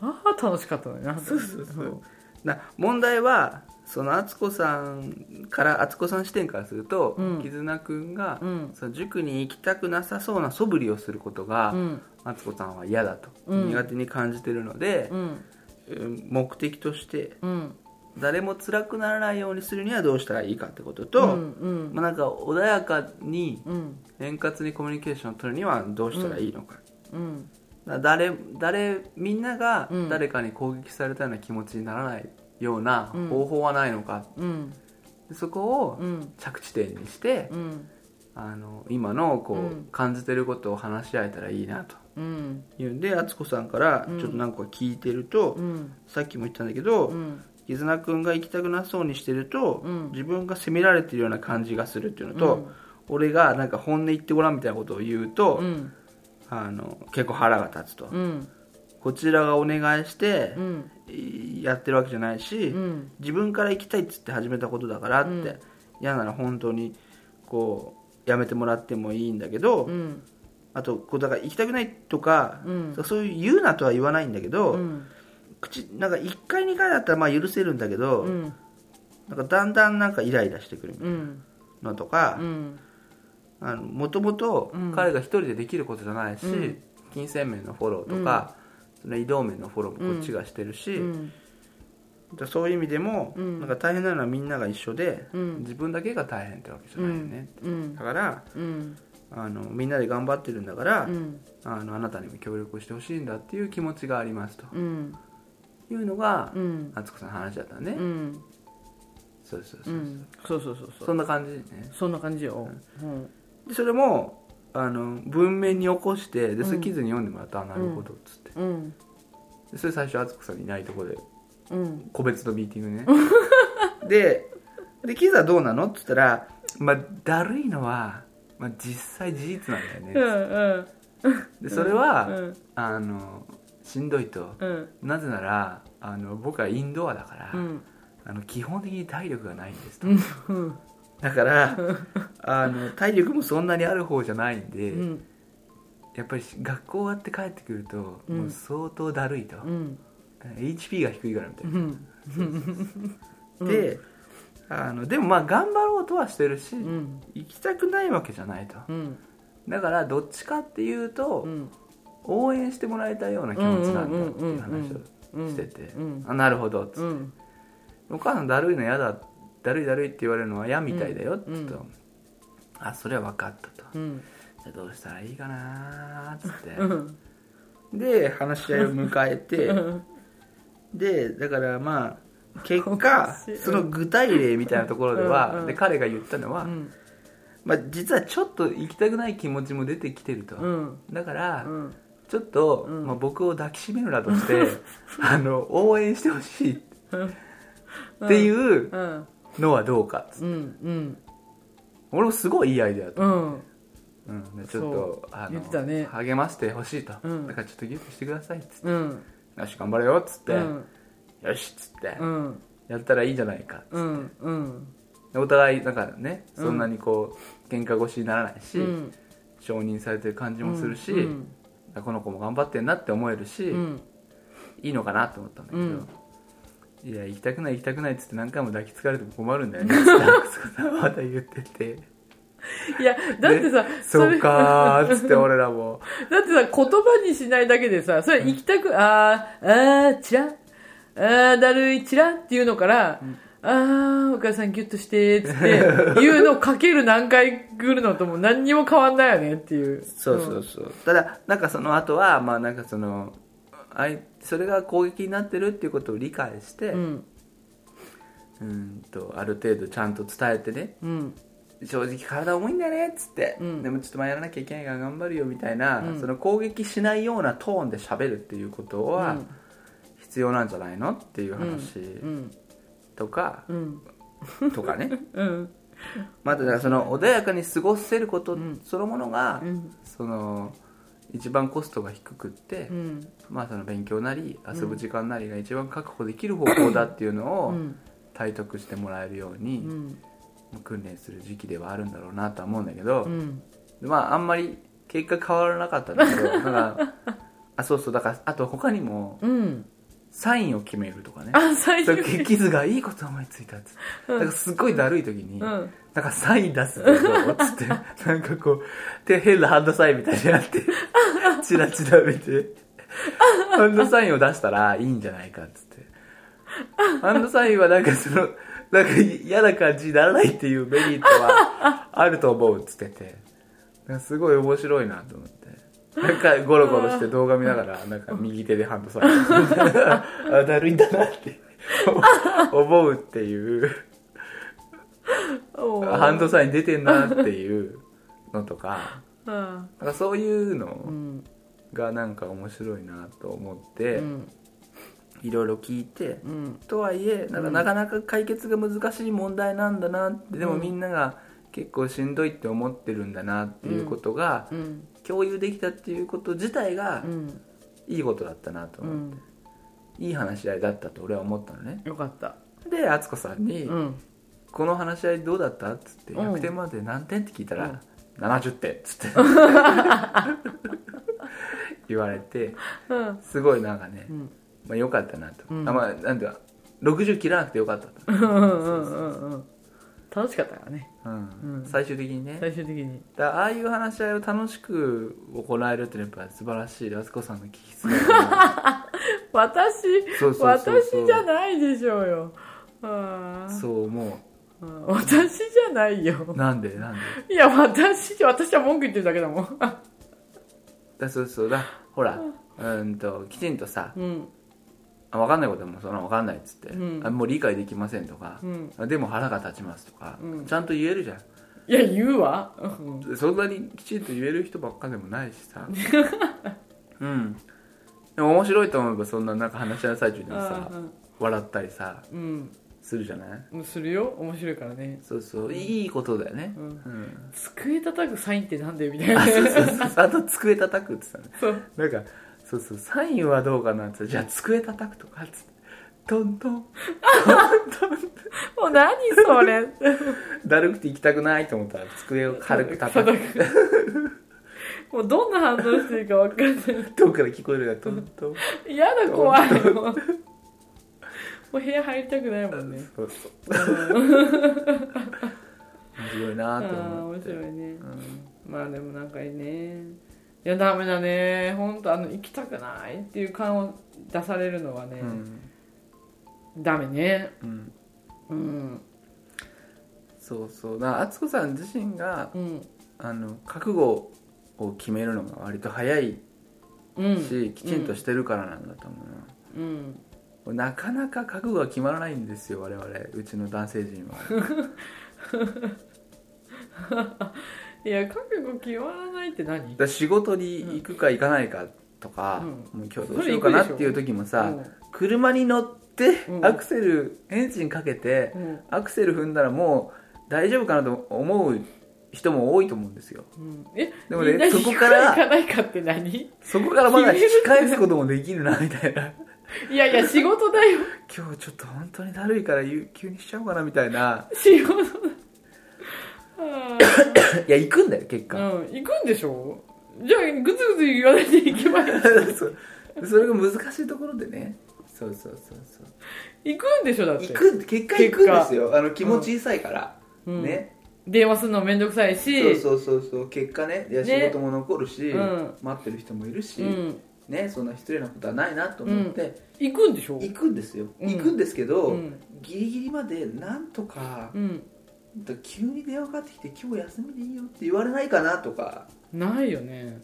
ああ楽しかったのになそうそうそうな問題はその敦子さんから敦子さん視点からすると、うん絆くんが、うんその塾に行きたくなさそうな素振りをすることが、うん敦子さんは嫌だと、うん苦手に感じてるのでう、んうん目的としてうん誰も辛くならないようにするにはどうしたらいいかってことと、うんうんまあ、なんか穏やかにうん円滑にコミュニケーションを取るにはどうしたらいいのか,、うん誰誰みんながうん誰かに攻撃されたような気持ちにならないような方法はないのか、うんでそこをうん着地点にして、うんあの今のこう、うん感じてることを話し合えたらいいなとうんいうんで敦子さんからちょっと何個か聞いてると、うんさっきも言ったんだけど、うん絆くんが行きたくなそうにしてると、うん自分が責められてるような感じがするっていうのと、うん俺がなんか本音言ってごらんみたいなことを言うと、うんあの結構腹が立つと、うんこちらがお願いしてう、んやってるわけじゃないし、うん自分から行きたいっつって始めたことだからって、うん嫌なら本当にこうやめてもらってもいいんだけど、うんあとこうだから行きたくないとか、うんそういう言うなとは言わないんだけど、うん口なんか1回2回だったらまあ許せるんだけど、うんなんかだんだんなんかイライラしてくるうんのとかう、んあのもともとうん彼が一人でできることじゃないし、うん金銭面のフォローとか、その移動面のフォローもこっちがしてるし、うんだからそういう意味でも、うんなんか大変なのはみんなが一緒で、うん自分だけが大変ってわけじゃないよね、うんだからうんあのみんなで頑張ってるんだから、うんあのあなたにも協力してほしいんだっていう気持ちがありますとうんいうのがう、ん敦子さんの話だったね、うんそうそううそう、んそうそうそうそそうんな感じねそんな感じようんでそれもあの文面に起こしてでそれ記事に読んでもらった、あなるほどっつってうんでそれ最初敦子さんいないとこでうん個別のミーティングね でで記事はどうなのっつったらまあだるいのは、まあ、実際事実なんだよねっうつって、んうんでそれは、うんあのしんどいと、うんなぜならあの僕はインドアだから、うんあの基本的に体力がないんですと、うんだからあの体力もそんなにある方じゃないんで、うんやっぱり学校終わって帰ってくると、うんもう相当だるいと、うん HP が低いからみたいうな、んであのでもまあ頑張ろうとはしてるし、うん行きたくないわけじゃないとうんだからどっちかっていうと、うん応援してもらえたような気持ちなんだっていう話うんうんうんうんうんをしてて、うんあなるほどっつって、うんお母さんだるいの嫌だだるいだるいって言われるのは嫌みたいだよっつって、うあそれは分かったと、うじんゃあどうしたらいいかなーっつって、うんで話し合いを迎えてでだからまあ結果面白いその具体例みたいなところではうんうんで彼が言ったのは、うんまあ、実はちょっと行きたくない気持ちも出てきてると、うんだから、うんちょっと、んまあ、僕を抱きしめるなどして あの応援してほしいっていううんのはどうかっつってうん俺もすごいいいアイデアだとう思う、んうんでちょっそとあ言のってたね励ましてほしいと、うんだからちょっとギュッとしてくださいっつってうん「よし頑張れよ」っつって「うんよし」っつって、うんやったらいいじゃないかうんうんお互いなんかねそんなにこう、喧嘩腰にならないし、うん承認されてる感じもするし、うんこの子も頑張ってんなって思えるし、うんいいのかなと思ったんだけど、うんいや行きたくない行きたくないっつって何回も抱きつかれても困るんだよねつってアクスコさんはまた言ってていや だってさでれそうかーっつって俺らもだってさ、言葉にしないだけでさ、それ行きたく、あー、あー、チラあー、だるい、チラっていうのから、あー、お母さんギュッとして、つって、言うのをかける何回来るのともう何にも変わんないよねっていう。そうそうそう、ただなんかその後はまあなんかそのあいそれが攻撃になってるっていうことを理解して、う、うんん。とある程度ちゃんと伝えてねうん。正直体重いんだよねっつって、うんでもちょっとまあやらなきゃいけないから頑張るよみたいな、うんその攻撃しないようなトーンで喋るっていうことうはん必要なんじゃないのっていううん。話うん。とか、うん。とかねうん。まただからその穏やかに過ごせることんそのものが、うんその一番コストが低くって、うん。まあ、その勉強なり遊ぶ時間なりが一番確保できる方法だっていうのうをん。体得してもらえるように、うん。訓練する時期ではあるんだろうなとは思うんだけど、うん。まああんまり結果変わらなかったんだけどなん かあそうそうだからあと他にもうん。サインを決めるとかねあ、最そ初れに。傷がいいこと思いついたっつって、なんかすっごいだるい時に、うん。なんかサイン出すぞつってなんかこう手変なハンドサインみたいにやってチラチラ見てハンドサインを出したらいいんじゃないかっつってハンドサインはなんかその、なんか嫌な感じにならないっていうメリットはあると思うっつってて、なんかすごい面白いなと思って。なんかゴロゴロして動画見ながら、なんか右手でハンドサイン。あ、だるいんだなって思うっていう、おーハンドサイン出てんなっていうのと か、うんなんかそういううのんがなんか面白いなと思ってう、んいろいろ聞いて、うんとはいえなんかなかなか解決が難しい問題なんだなって、でもうんみんなが結構しんどいって思ってるんだなっていうことが、うん共有できたっていうこと自体がうんいいことだったなとう思う、んいい話し合いだったと俺は思ったのねよかったで敦子さんに、うんこの話し合いどうだった?」っつって「うん100点まで何点?」って聞いたら「う70点」っつって 言われてうんすごいなんかね、うんまあ、よかったなと、うんあまあなんていうか60切らなくてよかったとうんうんうんうん楽しかったからねうんうん最終的にね最終的にだからああいう話し合いを楽しく行えるっていうのはやっぱ素晴らしいあつこさんの聞きすぎ だ私そうそうそうそう私じゃないでしょうよあなーそう思うん私じゃないようなんでなんでいや私私は文句言ってるだけだもんだそうそうだほらうんときちんとさうんあ分かんないこともそんな分かんないっつって、うんあもう理解できませんとかう、んあでも腹が立ちますとか、うんちゃんと言えるじゃんいや言うわうんそんなにきちんと言える人ばっかでもないし さうんでも面白いと思えばそんななんか話し合いの最中でもさあー笑ったりさうんするじゃないうんするよ面白いからねそうそういいことだよね、うんうん机叩くサインってなんだよみたいなあそうそうそうあと机叩くって言ってそうたねなんかそうそうサインはどうかなって言ったらじゃあ机叩くとかっつってトントンもう何それだるくて行きたくないと思ったら机を軽く叩くもうどんな反応していいか分かんない遠くから聞こえるがトントン嫌だ怖いもうもう部屋入りたくないもんねそうそううん面白いなあとー思っ面て白いねうんまあでもなんかいいねいやダメだね本当あの行きたくないっていう感を出されるのはね、うんダメねうんうんそうそうだから敦子さん自身がうんあの覚悟を決めるのが割と早いうんし、きちんとしてるからなんだと思うな、なうんかなか覚悟が決まらないんですよ我々うちの男性陣はいや覚悟決まらないって何だ仕事に行くか行かないかとか、うもう今日どうしようかなっていう時もさ、車に乗ってうんアクセル、エンジンかけてう、んアクセル踏んだらもう大丈夫かなと思う人も多いと思うんです ようん、えでもねみんなそこから行かないかって何そこからまだ引き返すこともできるなみたいないやいや仕事だよ今日ちょっと本当にだるいから有給にしちゃおうかなみたいな仕事だ いや行くんだよ結あ果、ーうん行くんでしょじゃあグツグツ言わないで行けばいい そうそれが難しいところでねそうそうそうそう行くんでしょだって行く結果行くんですよあの気うもん小さいから、うんね電話するのめんどくさいしそうそうそうそう結果ねいやね仕事も残るし、うん待ってる人もいるし、うん、ねそんな失礼なことはないなと思って、行くんでしょ行くんですよ、うん行くんですけど、うんギリギリまでなんとかう、んだから急に電話かかってきて今日休みでいいよって言われないかなとかないよね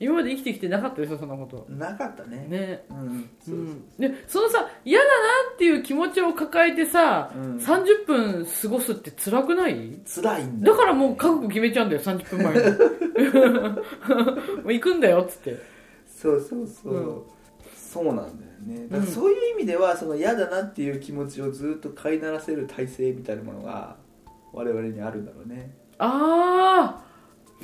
今まで生きてきてなかったでしょそんなことなかったねねうんそううそう、んでそのさ嫌だなっていう気持ちを抱えてさ、うん30分過ごすって辛くない辛いんだだからもう覚悟決めちゃうんだよ30分前に もう行くんだよっつってそうそうそう、うそうなんだよねだからそういう意味ではその嫌だなっていう気持ちをずっと飼いならせる体制みたいなものが我々にあるんだろうねあ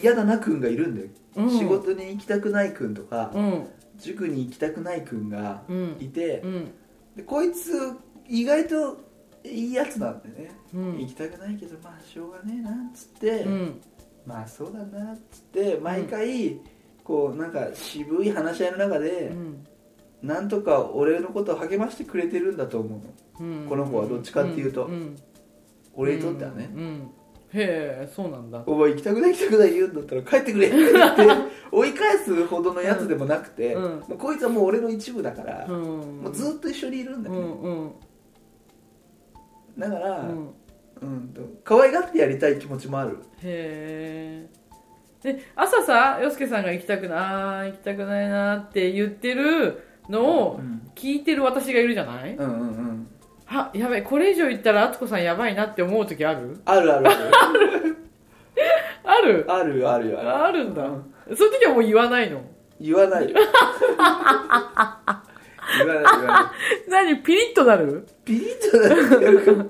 嫌だな君がいるんだよ、あ、うん、仕事に行きたくない君とか、うん塾に行きたくない君がうんいてう、んでこいつ意外といいやつなんだよね、うん行きたくないけどまあしょうがねえなっつって、うんまあそうだなっつって毎回こうなんか渋い話し合いの中で、うんなんとか俺のことを励ましてくれてるんだと思うのうんこの子はどっちかっていうとんん俺にとってはねうん、へえそうなんだお前行きたくない行きたくない言うんだったら帰ってくれって言 って追い返すほどのやつでもなくて、うんもうこいつはもう俺の一部だから、うんもうずっと一緒にいるんだうよね、んうんだから、ううんん、と可愛がってやりたい気持ちもあるへえで朝さ洋介さんが行きたくなあー行きたくないなって言ってるのをうん聞いてる私がいるじゃない、うんうんうんあやべえこれ以上行ったら敦子さんやばいなって思う時あるあるあるあるああるるよあるよあるあるんだ、そういう時はもう言わないの言わないよ言わない言わない 何ピリッとなるピリッとなっていうか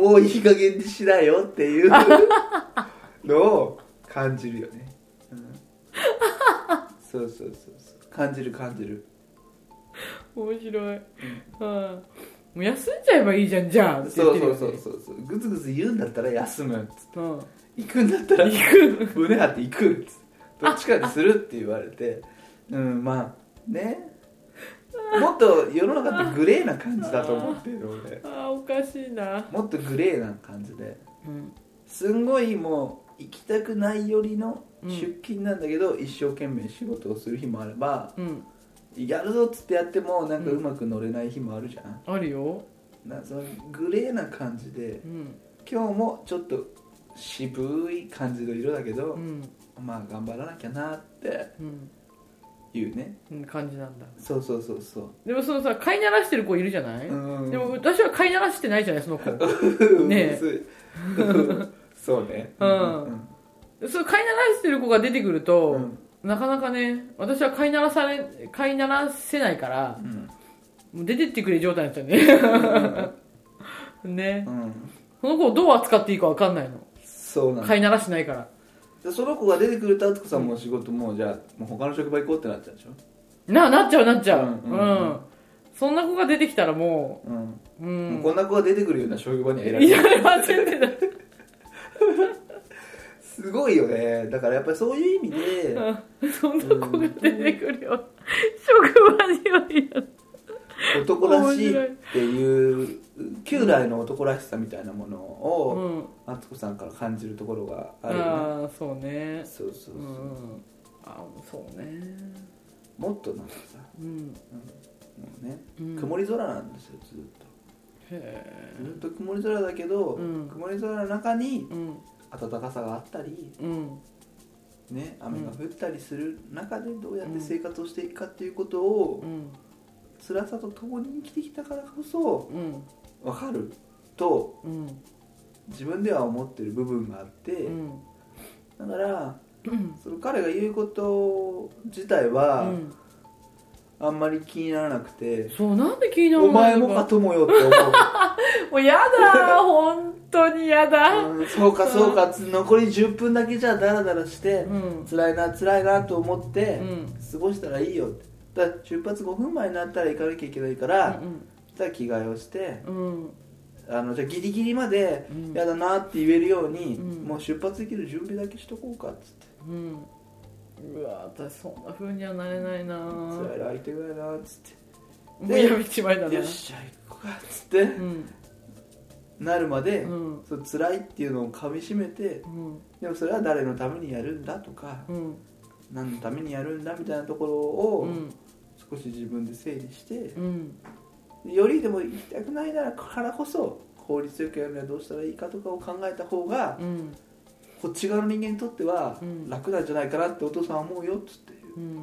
もういい加減にしないよっていうのを感じるよね、うん、そうそうそうそう感じる感じる面白い、うん、もう休んじゃえばいいじゃんじゃあって言っそうてるそよ、うね、そうそうそうグツグツ言うんだったら休むっつってうん行くんだったら行く胸張って行くっつってどっちかにするって言われてうんまあねもっと世の中ってグレーな感じだと思ってる俺 あーおかしいな、もっとグレーな感じでうん、すんごいもう行きたくないよりの出勤なんだけど、一生懸命仕事をする日もあればうん、やるぞっつってやってもなんかうまく乗れない日もあるじゃん、あるよ、なそのグレーな感じでうん今日もちょっと渋い感じの色だけど、うんまあ頑張らなきゃなってうんいうねうん、感じなんだそうそうそうそでもそのさ飼い慣らしてる子いるじゃなうい、うん でも私は飼い慣らしてないじゃないその子ねえむずい うんそうねうんうんその飼い慣らしてる子が出てくると、うんなかなかね私は飼い慣らされ飼い慣らせないからうんもう出てってくれ状態になっちゃうね ねうんこの子をどう扱っていいか分かんないのそうなんだ飼い慣らしてないからでその子が出てくると敦子さんもう仕事もうじゃあもう他の職場行こうってなっちゃうでしょななっちゃうなっちゃううんう、うんんうんそんな子が出てきたらもうん、ううんもうこんな子が出てくるような職場にはいられいないやいや全然だすごいよねだからやっぱりそういう意味で、 そんな子が出てくるよ職場にはいらない男らしいっていう旧来の男らしさみたいなものをうん敦子さんから感じるところがあるよねああそうねそうそうそう、うんあそうねもっとなんかさうんもうね、うん曇り空なんですよずっへとずっと曇り空だけど、うん曇り空の中にえうん暖かさがあったりうんね雨が降ったりする中でどうやって生活をしていくかっていうことをうん辛さと共に生きてきたからこそうん分かるとうん自分では思ってる部分があって、うんだからうんその彼が言うこと自体うはんあんまり気にならなくて、そうなんで気になお前るものか友よって思もうやだ本当にや だう、うんそうかそうか残り10分だけじゃダラダラして、うん辛いな辛いなと思って、うん過ごしたらいいよってだから出発5分前になったら行かなきゃいけないから、じゃあ着替えをしてうんあのじゃあギリギリまでうん嫌だなって言えるように、うんもう出発できる準備だけしとこうかっつってうんうわ私そんな風にはなれないな辛もいな空いてくれなっつってうやめちまいだなよっしゃ行こうかっつって、うんなるまで、うんそう辛いっていうのをかみしめてうんでもそれは誰のためにやるんだとか、うん何のためにやるんだみたいなところをうん少し自分で整理してう、んよりでも行きたくないならからこそ効率よくやるにはどうしたらいいかとかを考えた方が、うんこっち側の人間にとってはうん楽なんじゃないかなってお父さんは思うよっつって、うん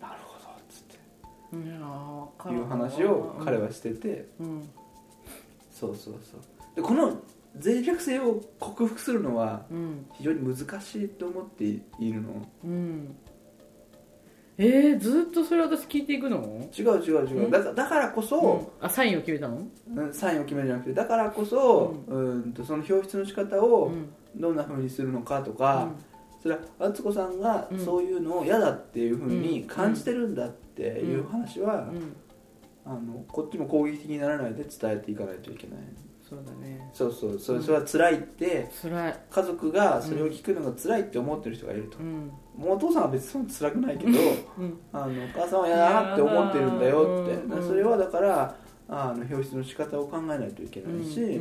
なるほどっつっていやーわかるいう話を彼はしてて、うんそうそうそうでこの脆弱性を克服するのはうん非常に難しいと思っているのうんえー、ずっとそれ私聞いていくの違う違う違う、うんだからだからこうんそ、、あサインを決めたのうん、サインを決めるんじゃなくてだからこそ、うん、とその表出の仕方をんどんな風にするのかとか、それは敦子さんがうんそういうのを嫌だっていう風にうん感じてるんだっていう話は、うん、うん、あのこっちも攻撃的にならないで伝えていかないといけないそうだねそうそうそれうんそれは辛いって辛い家族がそれを聞くのが辛いって思ってる人がいるとう、んもうお父さんは別にそんな辛くないけどうんあのお母さんは嫌だなって思ってるんだよって嫌だうんうんそれはだからあの表出の仕方を考えないといけないし、う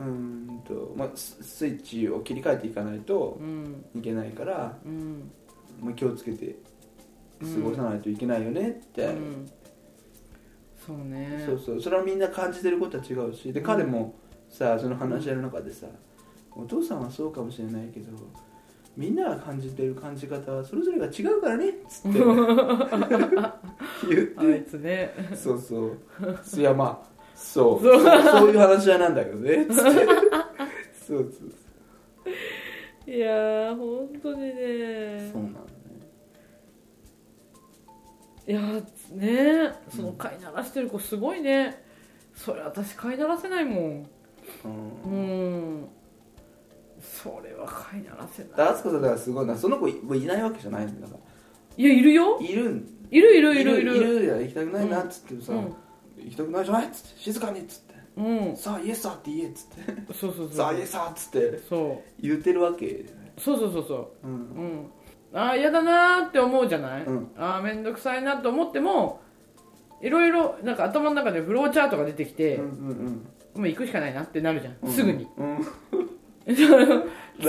うんんとまあ、ススイッチを切り替えていかないとうんいけないから、うんもう気をつけて過ごさないといけないよねって、うんそうねそうそうそれはみんな感じてることは違うしで彼もさその話し合いの中でさお父さんはそうかもしれないけどみんなが感じてる感じ方はそれぞれが違うからねっつって 言っあていつねそうそういやまあそうそうそういう話し合いなんだけどねっつってそうそういやー本当そうにねそうなんだねいやーねその飼いならしてる子すごいねそれ私飼いならせないもうんうんそれは飼いならせんだな敦子さんだからすごいなその子いもういないわけじゃないんだかいいやいるよらいるんいるいるいるいいるるいや行きたくないなっつってさ、うん行きたくないじゃないっつって静かにっつってうんさあイエスさって言えっつってそうそうそさあイエうスさっつってそう言ってるわけじゃないそうそうそうそううんうんああ嫌だなーって思うじゃない、うんああ面倒くさいなと思ってもいろいろなんか頭の中でフローチャートが出てきて、うんもうんう行くしかないなってなるじゃうんんすぐに、うん す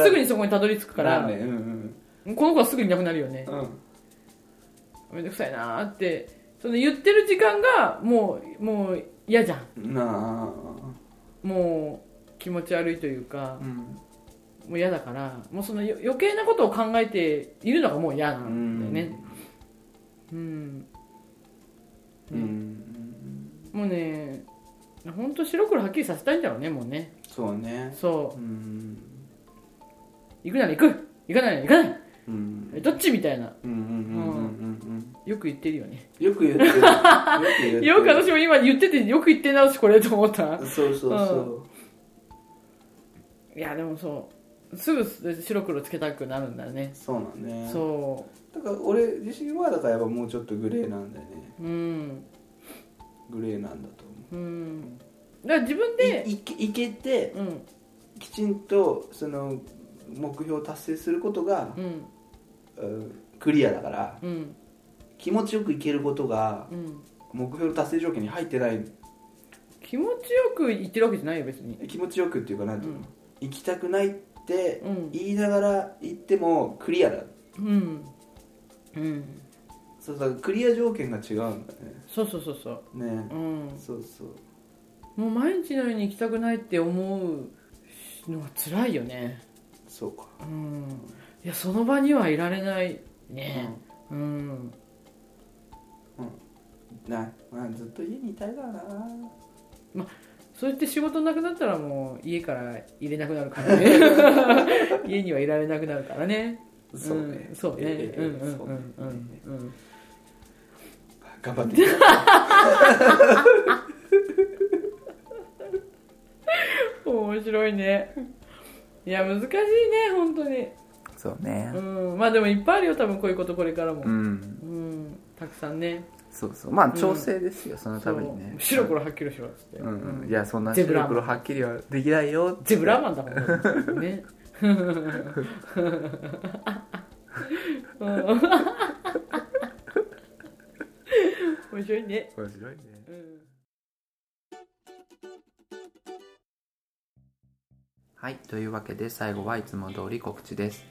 ぐにそこにたどり着くかだら、ねうんうんこの子はすぐにいなくなるよねうん面倒くさいなーってその言ってる時間がもうもう嫌じゃんうんなあもう気持ち悪いというかう、んもう嫌だからもうそのよ余計なことを考えているのがもう嫌なんだよねうんうんうんもうね本当白黒はっきりさせたいんだろうねもうねそうねそううん行くなら行く行かないなら行かないうんえどっちみたいなうんうんうんうんよく言 ってるよねうんよく言ってるよく言ってるよく私も今言っててよく言ってんなしこれと思ったそうそうそういやでもそうすぐ白黒つけたくなるんだよねそうなんねそだから俺自身はだからやっぱもうちょっとグレーなんだよねううんグレーなんだと思ううんだから自分でいいけいけてうんきちんとその目標を達成することが、うんうんクリアだからうん気持ちよくいけることがうん目標の達成条件に入ってない気持ちよく言ってるわけじゃないよ別に気持ちよくっていうかなんていうの、うん行きたくないってうん言いながら行ってもクリアだうんうんそうだからクリア条件が違うんだそうそうそうそうねねうんそうそうもう毎日のように行きたくないって思うのは辛いよねそうか、うんいやその場にはいられないねうん、うんなまあずっと家にいたいからなそうやって仕事なくなったらもう家から入れなくなるか らね家にはいられなくなるからねそうね、ん、そうねええうんうんそううんねうんうん頑張っていこう面白いね いや難しいね本当に そうねうんまあでもいっぱいあるよ多分こういうことこれからもう、んうん、たくさんねそうそうまあ調整ですよ、そのためにねそう白黒はっきりしろっつって、うん、うん、いやそんなゼブラ白黒はっきりはできないよゼブラマンだもん ね。うん 面白いね。面白いねうんはい、というわけで最後はいつも通り告知です。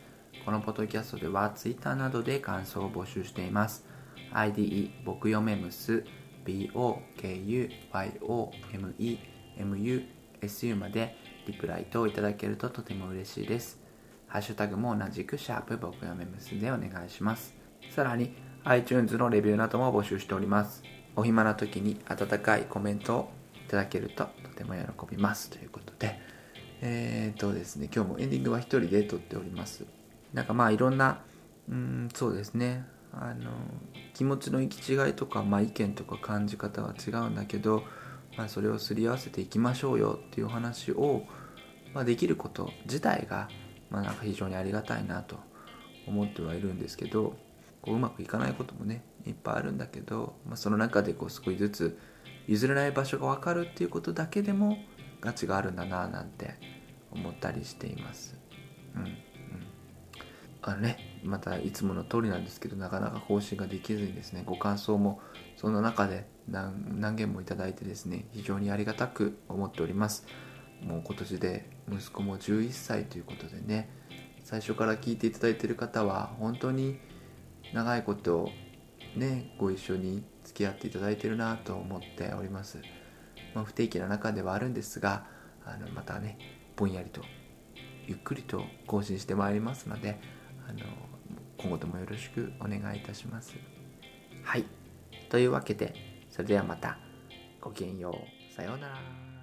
このポッドキャストでは Twitter などで感想を募集しています。IDE 僕よめむす BOKUYOMEMUSU までリプライ等いただけるととても嬉しいです。ハッシュタグも同じくシャープ僕よめむすでお願いします。さらに iTunes のレビューなども募集しております。お暇な時に温かいコメントをいただけるととても喜びますということで。えー、とですね、今日もエンディングは一人で撮っております。なんかまあいろんな、うーん、そうですね、あの、気持ちの行き違いとか、まあ意見とか感じ方は違うんだけど、まあそれをすり合わせていきましょうよっていうお話を、まあできること自体が、まあなんか非常にありがたいなと思ってはいるんですけど、こううまくいかないこともね、いっぱいあるんだけど、まあその中でこう少しずつ譲れない場所がわかるっていうことだけでも価値があるんだなぁなんて思ったりしていますうんうんあのねまたいつもの通りなんですけどなかなか更新ができずにですねご感想もその中で何何件もいただいてですね非常にありがたく思っておりますもう今年で息子も11歳ということでね最初から聞いていただいている方は本当に長いことねご一緒に付付き合っていただいてるなと思っております、まあ、不定期な中ではあるんですがあのまたねぼんやりとゆっくりと更新してまいりますのであの今後ともよろしくお願いいたしますはいというわけでそれではまたごきげんようさようなら